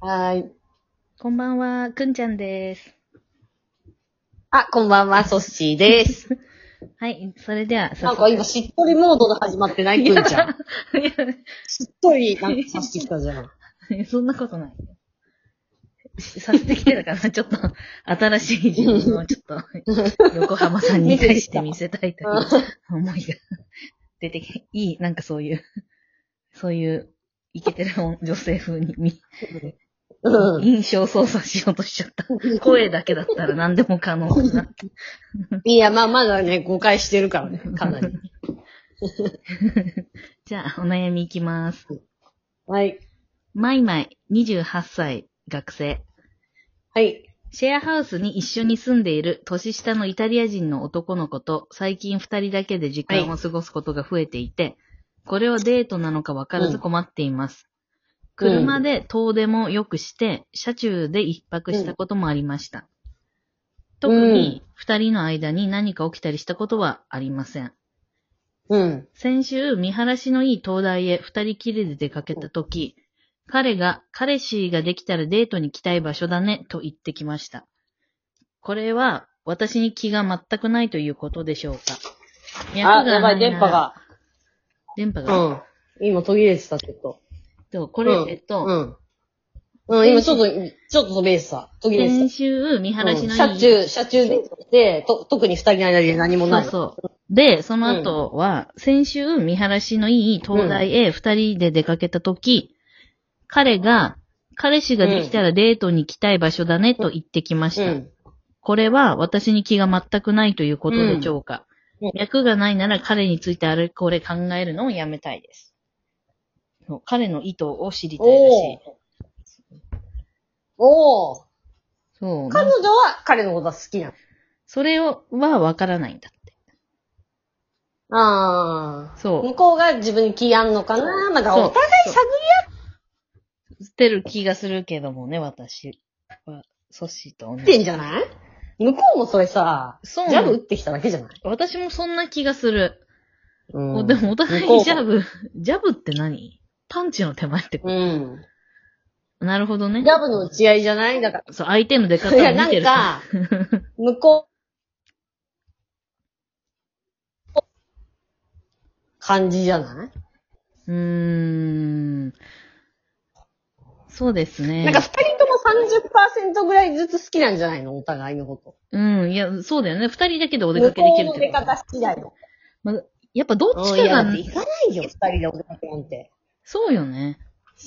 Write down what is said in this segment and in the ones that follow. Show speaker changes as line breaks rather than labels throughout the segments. はーい。
こんばんは、くんちゃんです。
あ、こんばんは、ソッシーです。
はい、それでは、
なんか今、しっとりモードが始まってないくんちゃん。
い
しっとり、なんかさしてきたじゃん。
や、 そんなことない。させてきて たから、ちょっと、新しい自分をちょっと、横浜さんに対して見せたいという思いが出てき、いい、なんかそういう、そういう、イケてる女性風に見、
うん。
印象操作しようとしちゃった。声だけだったら何でも可能かな。
いや、まあ、まだね、誤解してるからね、かなり。
じゃあ、お悩みいきます。
はい。
マイマイ、28歳、学生。
はい。
シェアハウスに一緒に住んでいる年下のイタリア人の男の子と最近二人だけで時間を過ごすことが増えていて、これをデートなのかわからず困っています。
うん
車で遠出もよくして、車中で一泊したこともありました。特に二人の間に何か起きたりしたことはありません。
うん。
先週、見晴らしのいい灯台へ二人きりで出かけたとき、彼が、彼氏ができたらデートに来たい場所だね、と言ってきました。これは、私に気が全くないということでしょうか。
あ、
脈
やばい、
な
電波
なら。
が。
電波が。
うん。今途切れてた、ちょっと。
とこれ、
うん
えっと、
うん。うん、今ちょっと、ちょっと途切れてた。途切れて
先
た。
週、見晴ら
う
し
ん
のいい、
車中、車中でして、と、特に二人の間で何もない。う
そうそう。で、その後は、先週、見晴らしのいい東大へ二人で出かけたとき、彼が、彼氏ができたらデートに来たい場所だねと言ってきました。
ん。
これは私に気が全くないということでしょうか。
うん
脈がないなら彼についてあれこれ考えるのをやめたいです。そう彼の意図を知りたいらしい。
おー。おー。
そう。
彼女は彼のことは好きな
それをはわからないんだって。
の。ああ。
そう。
向こうが自分に気あんのかなまだ
そう
お互い探
捨てる気がするけどもね、私は、ソッシーと同
って
じ。
んじゃない向こうもそれさ、
そう
ジ
な
ャブ打
の
ってきただけじゃない、
私もそんな気がする。
う
でもお互
向こう
い
も
ジャブ、ジャブって何パンチの手前ってこ
うん。
と。なるほどね
ジ。ャブの打ち合いじゃないだか
そう、相手の出方
ら。
を
いや、
見
な
て
ん
るから。
か、向こう、感じじゃないう
ーん。そうですね。
なんか二人とも30%ぐらいずつ好きなんじゃないのお互いのこと。
うん、いや、そうだよね。二人だけでお出
向
かけで
こ
き
う
るっ
の
て
出
こと
方次第の。
まあやっぱどっ
うん
ち
いや、
か
だ
が
って、行かないよ、二人でお出かけなんて。
そうよね。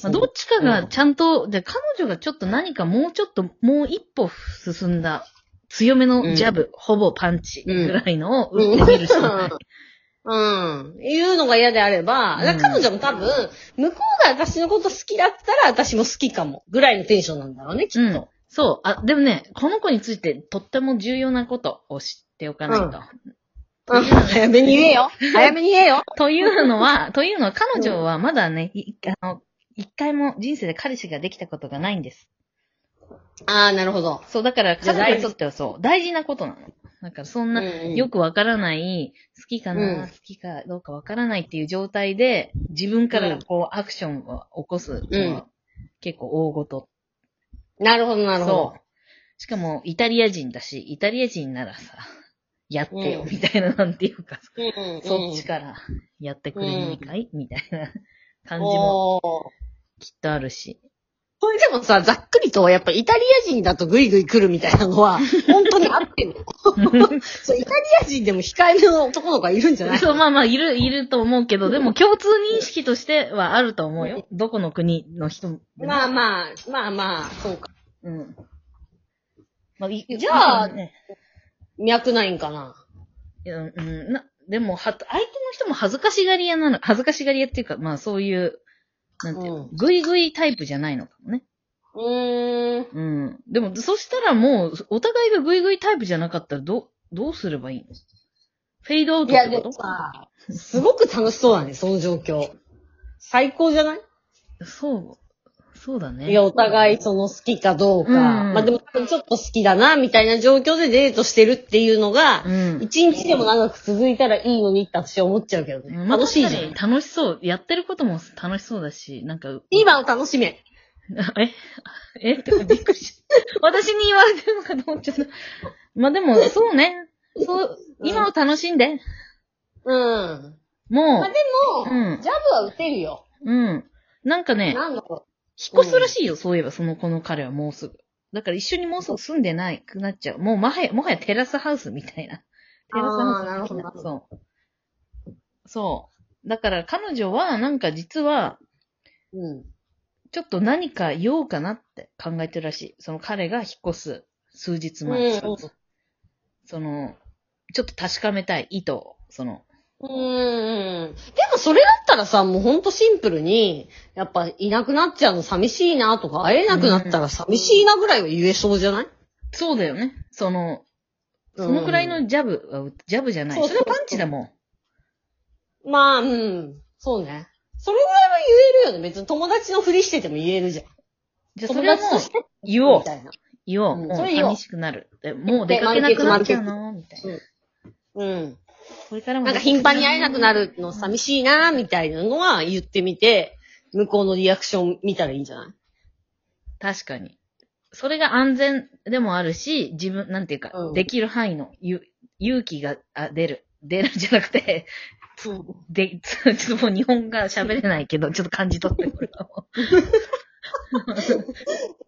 まあ、どっちかがちゃんと、じゃあ彼女がちょっと何かもうちょっと、もう一歩進んだ、強めのジャブ、ほぼパンチぐらいのを打ってみるしかない。
うん。うん。いうのが嫌であれば、
うん
だから彼女も多分、向こうが私のこと好きだったら私も好きかも。ぐらいのテンションなんだろうね、き
う
っ
ん
と。。
そう。あ、でもね、この子についてとっても重要なことを知っておかないと。
うん。早めに言えよ。早めに言えよ。
というの は、というのは彼女はまだね、いあの、一回も人生で彼氏ができたことがないんです。
ああ、なるほど。
そう、だから
じゃあ
彼女にとってはそう、大事なことなの。だからそんな、よ
く。
くわからない、好きかな、
うん
好きかどうかわからないっていう状態で、自分か
う
ら
ん
こう、アクションを起こす
う
の
ん
は、結構大ごと。
なるほど、なるほど
そう。。しかも、イタリア人だし、イタリア人ならさ、やってよ
う、ん
みたいな、なんていうか、
うんうんうん
そっちからやってくれないかい、みたいな感じも
おー
きっとあるし。
それでもさ、ざっくりと、やっぱイタリア人だとグイグイ来るみたいなのは、本当に合ってる。そう、イタリア人でも控えめの男の子がいるん じゃない
そう、まあまあ、いる、いると思うけど、でも共通認識としてはあると思うよ。どこの国の人も。
まあまあ、まあまあ、そうか。
うん。まあ、い
じゃあ
ね、
脈ないんかな。
うん、うんな、でも、は、相手の人も恥ずかしがり屋なの、恥ずかしがり屋っていうか、まあそういう、なんていうの、
う
ぐいぐいタイプじゃないのかもね。
うーん。
うん。でも、そしたらもう、お互いがぐいぐいタイプじゃなかったら、ど、どうすればいいのフェードアウ
い
トっ
や、
て
で
こ
も
と
さ、すごく楽しそうだね、その状況。最高じゃない、
そう、そうだね。
いや、お互いその好きかどうか。
うん
まあでも、ちょっと好きだな、みたいな状況でデートしてるっていうのが
う、ん。
一、日でも長く続いたらいいのにって私は思っちゃうけどね。楽しいじゃん。
ん。楽しそう。やってることも楽しそうだし、なんか、
今を楽しめ。
え えってかびっくりした。 私に言われてるのかと思っちゃった。まあでも、そうね。そう、今を楽しんで。
うん。ま
も
あでも、
うん
ジャブは打てるよ。
う、うん。なんかね、
なんだろ
引っ越すらしいよ、そういえば、その子の彼はもうすぐ。だから一緒にもうすぐ住んでないくなっちゃう。もうもはや、もはやテラスハウスみたいな。テラスハウス
あーなるほどなるほ
そう。そう。だから彼女は、なんか実は、
う。うん。
ちょっと何か言おうかなって考えてるらしい。その彼が引っ越す数日
う
前。
ん
その、ちょっと確かめたい意図を。その、
うーん。でもそれだったらさ、もうほんとシンプルに、やっぱいなくなっちゃうの寂しいなとか、会えなくなったら寂しいなぐらいは言えそうじゃない
そうだよね。その、そのくらいのジャブは、ジャブじゃない。
そ
そうれ
そう
はパンチだもん。
まあ、うん。そうね。それぐらいは言えるよね。別に友達のふりしてても言えるじゃん。
じゃあそ
友
れはも
達
う
と、して
言おう
み。たいな。
言おう。
うん
もう
それ言おう
寂しくなる。でもう出かけなくなっちゃうのみたいな。
うん。
これからも。
なんか頻繁に会えなくなるの寂しいなみたいなのは言ってみて、向こうのリアクション見たらいいんじゃない
確かに。それが安全でもあるし、自分、なんていうか、
うん
できる範囲のゆ勇気があ出る。出るじゃなくて、 で、つちょっともう日本が喋れないけど、ちょっと感じ取って これはも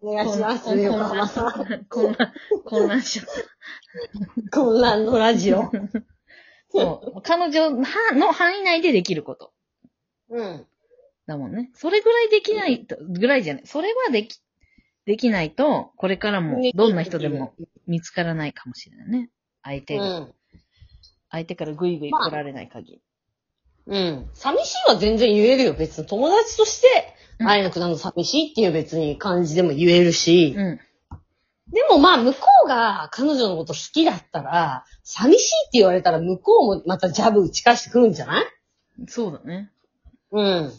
お
う。
願いします。
混 乱、混乱、混乱しちゃった。
混乱のラジオ。
そう。彼女のの範囲内でできること。
うん。
だもんね。それぐらいできないと、ぐらいじゃない。それはでき、できないと、これからもどんな人でも見つからないかもしれないね。相
う
手が、
ん。
相手からぐいぐい来られない限り。
うん。寂しいは全然言えるよ。別に友達として会えなくなるの寂しいっていう別に感じでも言えるし。
うん。
でもまあ向こうが彼女のこと好きだったら、寂しいって言われたら向こうもまたジャブ打ち返してくるんじゃない
そうだね。
うん。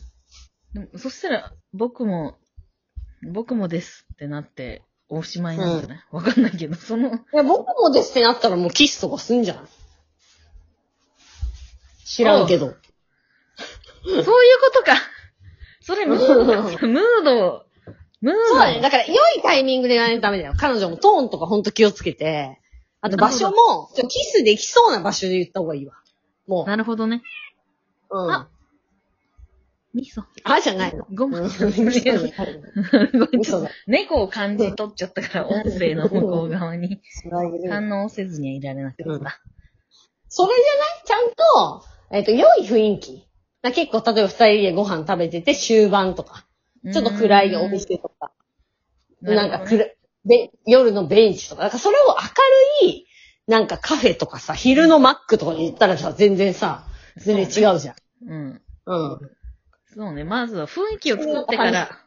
でもそしたら、僕も、僕もですってなって、おしまいなんじゃないわ、かんないけど、その、
いや、僕もですってなったらもうキスとかすんじゃない知らんけど。
そういうことか。それ、ムード、ムード、ムード。
そうだね。だから良いタイミングでやらないとダメだよ。彼女もトーンとかほんと気をつけて。あと場所も、ちょキスできそうな場所で言った方がいいわ。も
なるほどね。
う。うん。
あみそ。
あじゃないの。
ごめん
うん嘘だよ嘘だ。
猫を感じ取っちゃったから、音声の向こう側に。
そ
反応せずにはいられなかった。
れじゃないちゃんと、えっ、と、良い雰囲気。な結構、例えば二人でご飯食べてて終盤とか、ちょっと暗いお店とか、
うん。
なんか
るほどね
暗い、べ夜のベンチとか、なんかそれを明るい、なんかカフェとかさ、昼のマックとかに行ったらさ、全然さ、全然違うじゃん。
うん。
うん。
そうね。まずは雰囲気を作ってから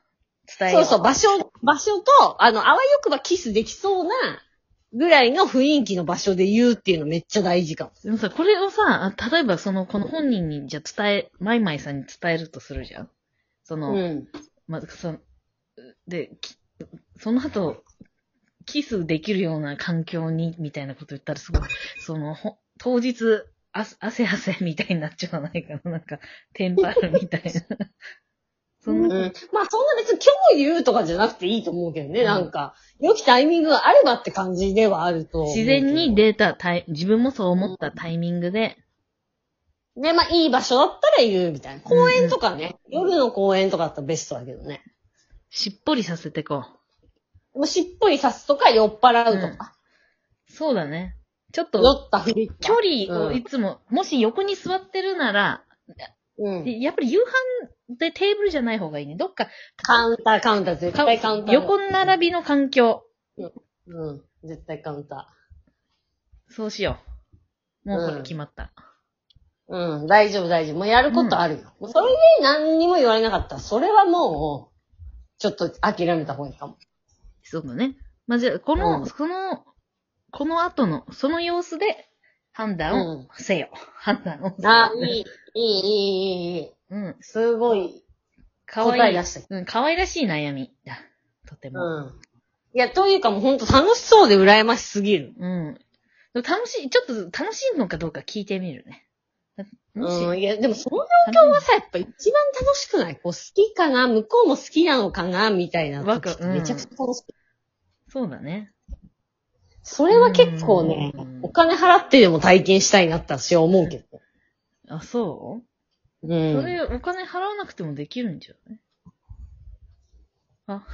伝え
そ
よ。
ううそう、場所、場所と、あの、あわよくばキスできそうなぐらいの雰囲気の場所で言うっていうのめっちゃ大事かも。
でもさ、これをさ、あ例えばその、この本人に、じゃあ伝え、マイマイさんに伝えるとするじゃんその、
ん。
まず、その、で、きその後、キスできるような環境に、みたいなこと言ったらすごい、その、ほ当日、汗、汗汗みたいになっちゃわないかな。なんか、テンパるみたい な。そ
うんん、
な、
まあそんな別に今日言うとかじゃなくていいと思うけどね、
うん
なんか、良きタイミングがあればって感じではあると思うけ
自
ど。
然に出たタイ、自分もそう思ったタイミングで、
で、まあいい場所だったら言うみたいな。公園とかね、夜の公園とかだったらベストだけどね。
しっぽりさせてこ
もうしっぽりさすとか酔っ払うとか、
う。そうだね。ちょっ
酔
と、
ったふりとか。
距離をいつも、もし横に座ってるなら、
うん。
やっぱり夕飯でテーブルじゃない方がいいね。どっか、
カウンター、カウンター、絶対カウンター。
横並びの環境。
うん。絶対カウンター。
そうしよう。もうこれ決まった。
うん、大丈夫、大丈夫。もうやることあるよ。もうそれで何にも言われなかったら、それはもう、ちょっと諦めた方がいいかも。
そうだね。まあ、じゃあ、この、
うん
その、この後の、その様子で、判断をせよ。判断をせよ。
あ、いい、いい、いい、いい。
うん。
すごい、
かわ
答
い
え
い
出。した。
うん、かわいらしい悩みだ。とても。
うん。いや、というかもうほんと楽しそうで羨ましすぎる。
うん。でも楽しい、ちょっと楽しいのかどうか聞いてみるね。
うん、いや、でもその状況はさ、やっぱ一番楽しくないこう好きかな向こうも好きなのかなみたいな
わか
時って
うん
めちゃくちゃ楽しい。
そうだね。
それは結構ね
うん、
お金払ってでも体験したいなって私は思うけど。
あ、そうう、
ん。
それ、お金払わなくてもできるんじゃないあ。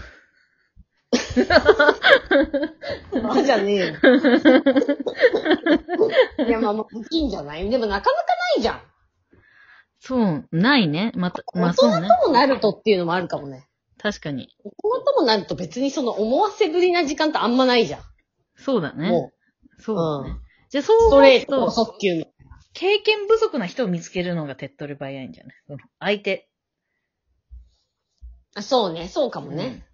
まあじゃねえよ。 いや、まあまあ、いいんじゃないでもなかなかないじゃん。
そう、ないね。また、まあそうね。
ともなるとっていうのもあるかもね。
確かに。
大人ともなると別にその思わせぶりな時間ってあんまないじゃん。
そうだね。
も
そうだね。
う、
じゃあ、そう
スト
う
レ
思う
ートと
と、
速球の。
経験不足な人を見つけるのが手っ取り早いんじゃないその相手。
あそうね、そうかもね。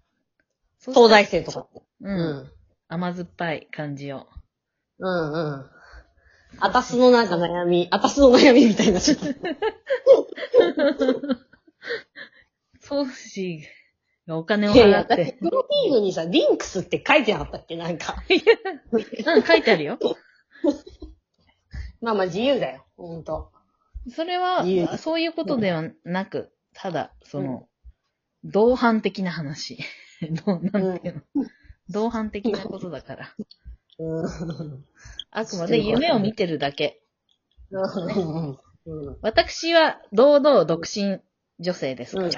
うん。
東大生とか。
う。
うんん。
甘酸っぱい感じを。
うんうん。あたすのなんか悩み、あたすの悩みみたいな。
ソーシーがお金を
いやい
払
や、
っ
だって
て。
プロフィールにさ、リンクスって書いてなかったっけなんか。
うん、書いてあるよ。
まあまあ自由だよ。ほんと。
それはい
え、
そういうことではなく、ただ、その、同伴的な話。 どうなんていうの、同伴的なことだから。
うん。
あくまで夢を見てるだけ。
うん。うん。
私は、堂々独身女性ですから。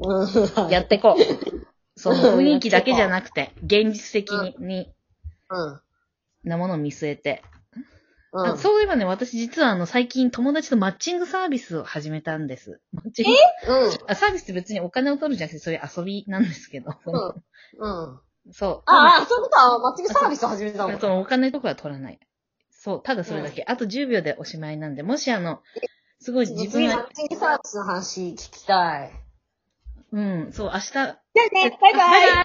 うん。
やってこう。 その
うん
雰囲気だけじゃなくて、現実的に、に
うん。
なものを見据えて。
う
あ
ん。
そういえばね、私実はあの、最近友達とマッチングサービスを始めたんです。マッチング
うん。
あサービスって別にお金を取るんじゃなくて、そういう遊びなんですけど。
うんうん。
そう。
ああ、そういうことは、マッチングサービスを始めた
あ
の。
と、お金とかは取らない。そう、ただそれだけ。あと10秒でおしまいなんで、もしあの、すごい自分
次、マ
が
ッ、チングサービスの話聞きたい。
うん、そう、明日、
じゃあね、バイバイ。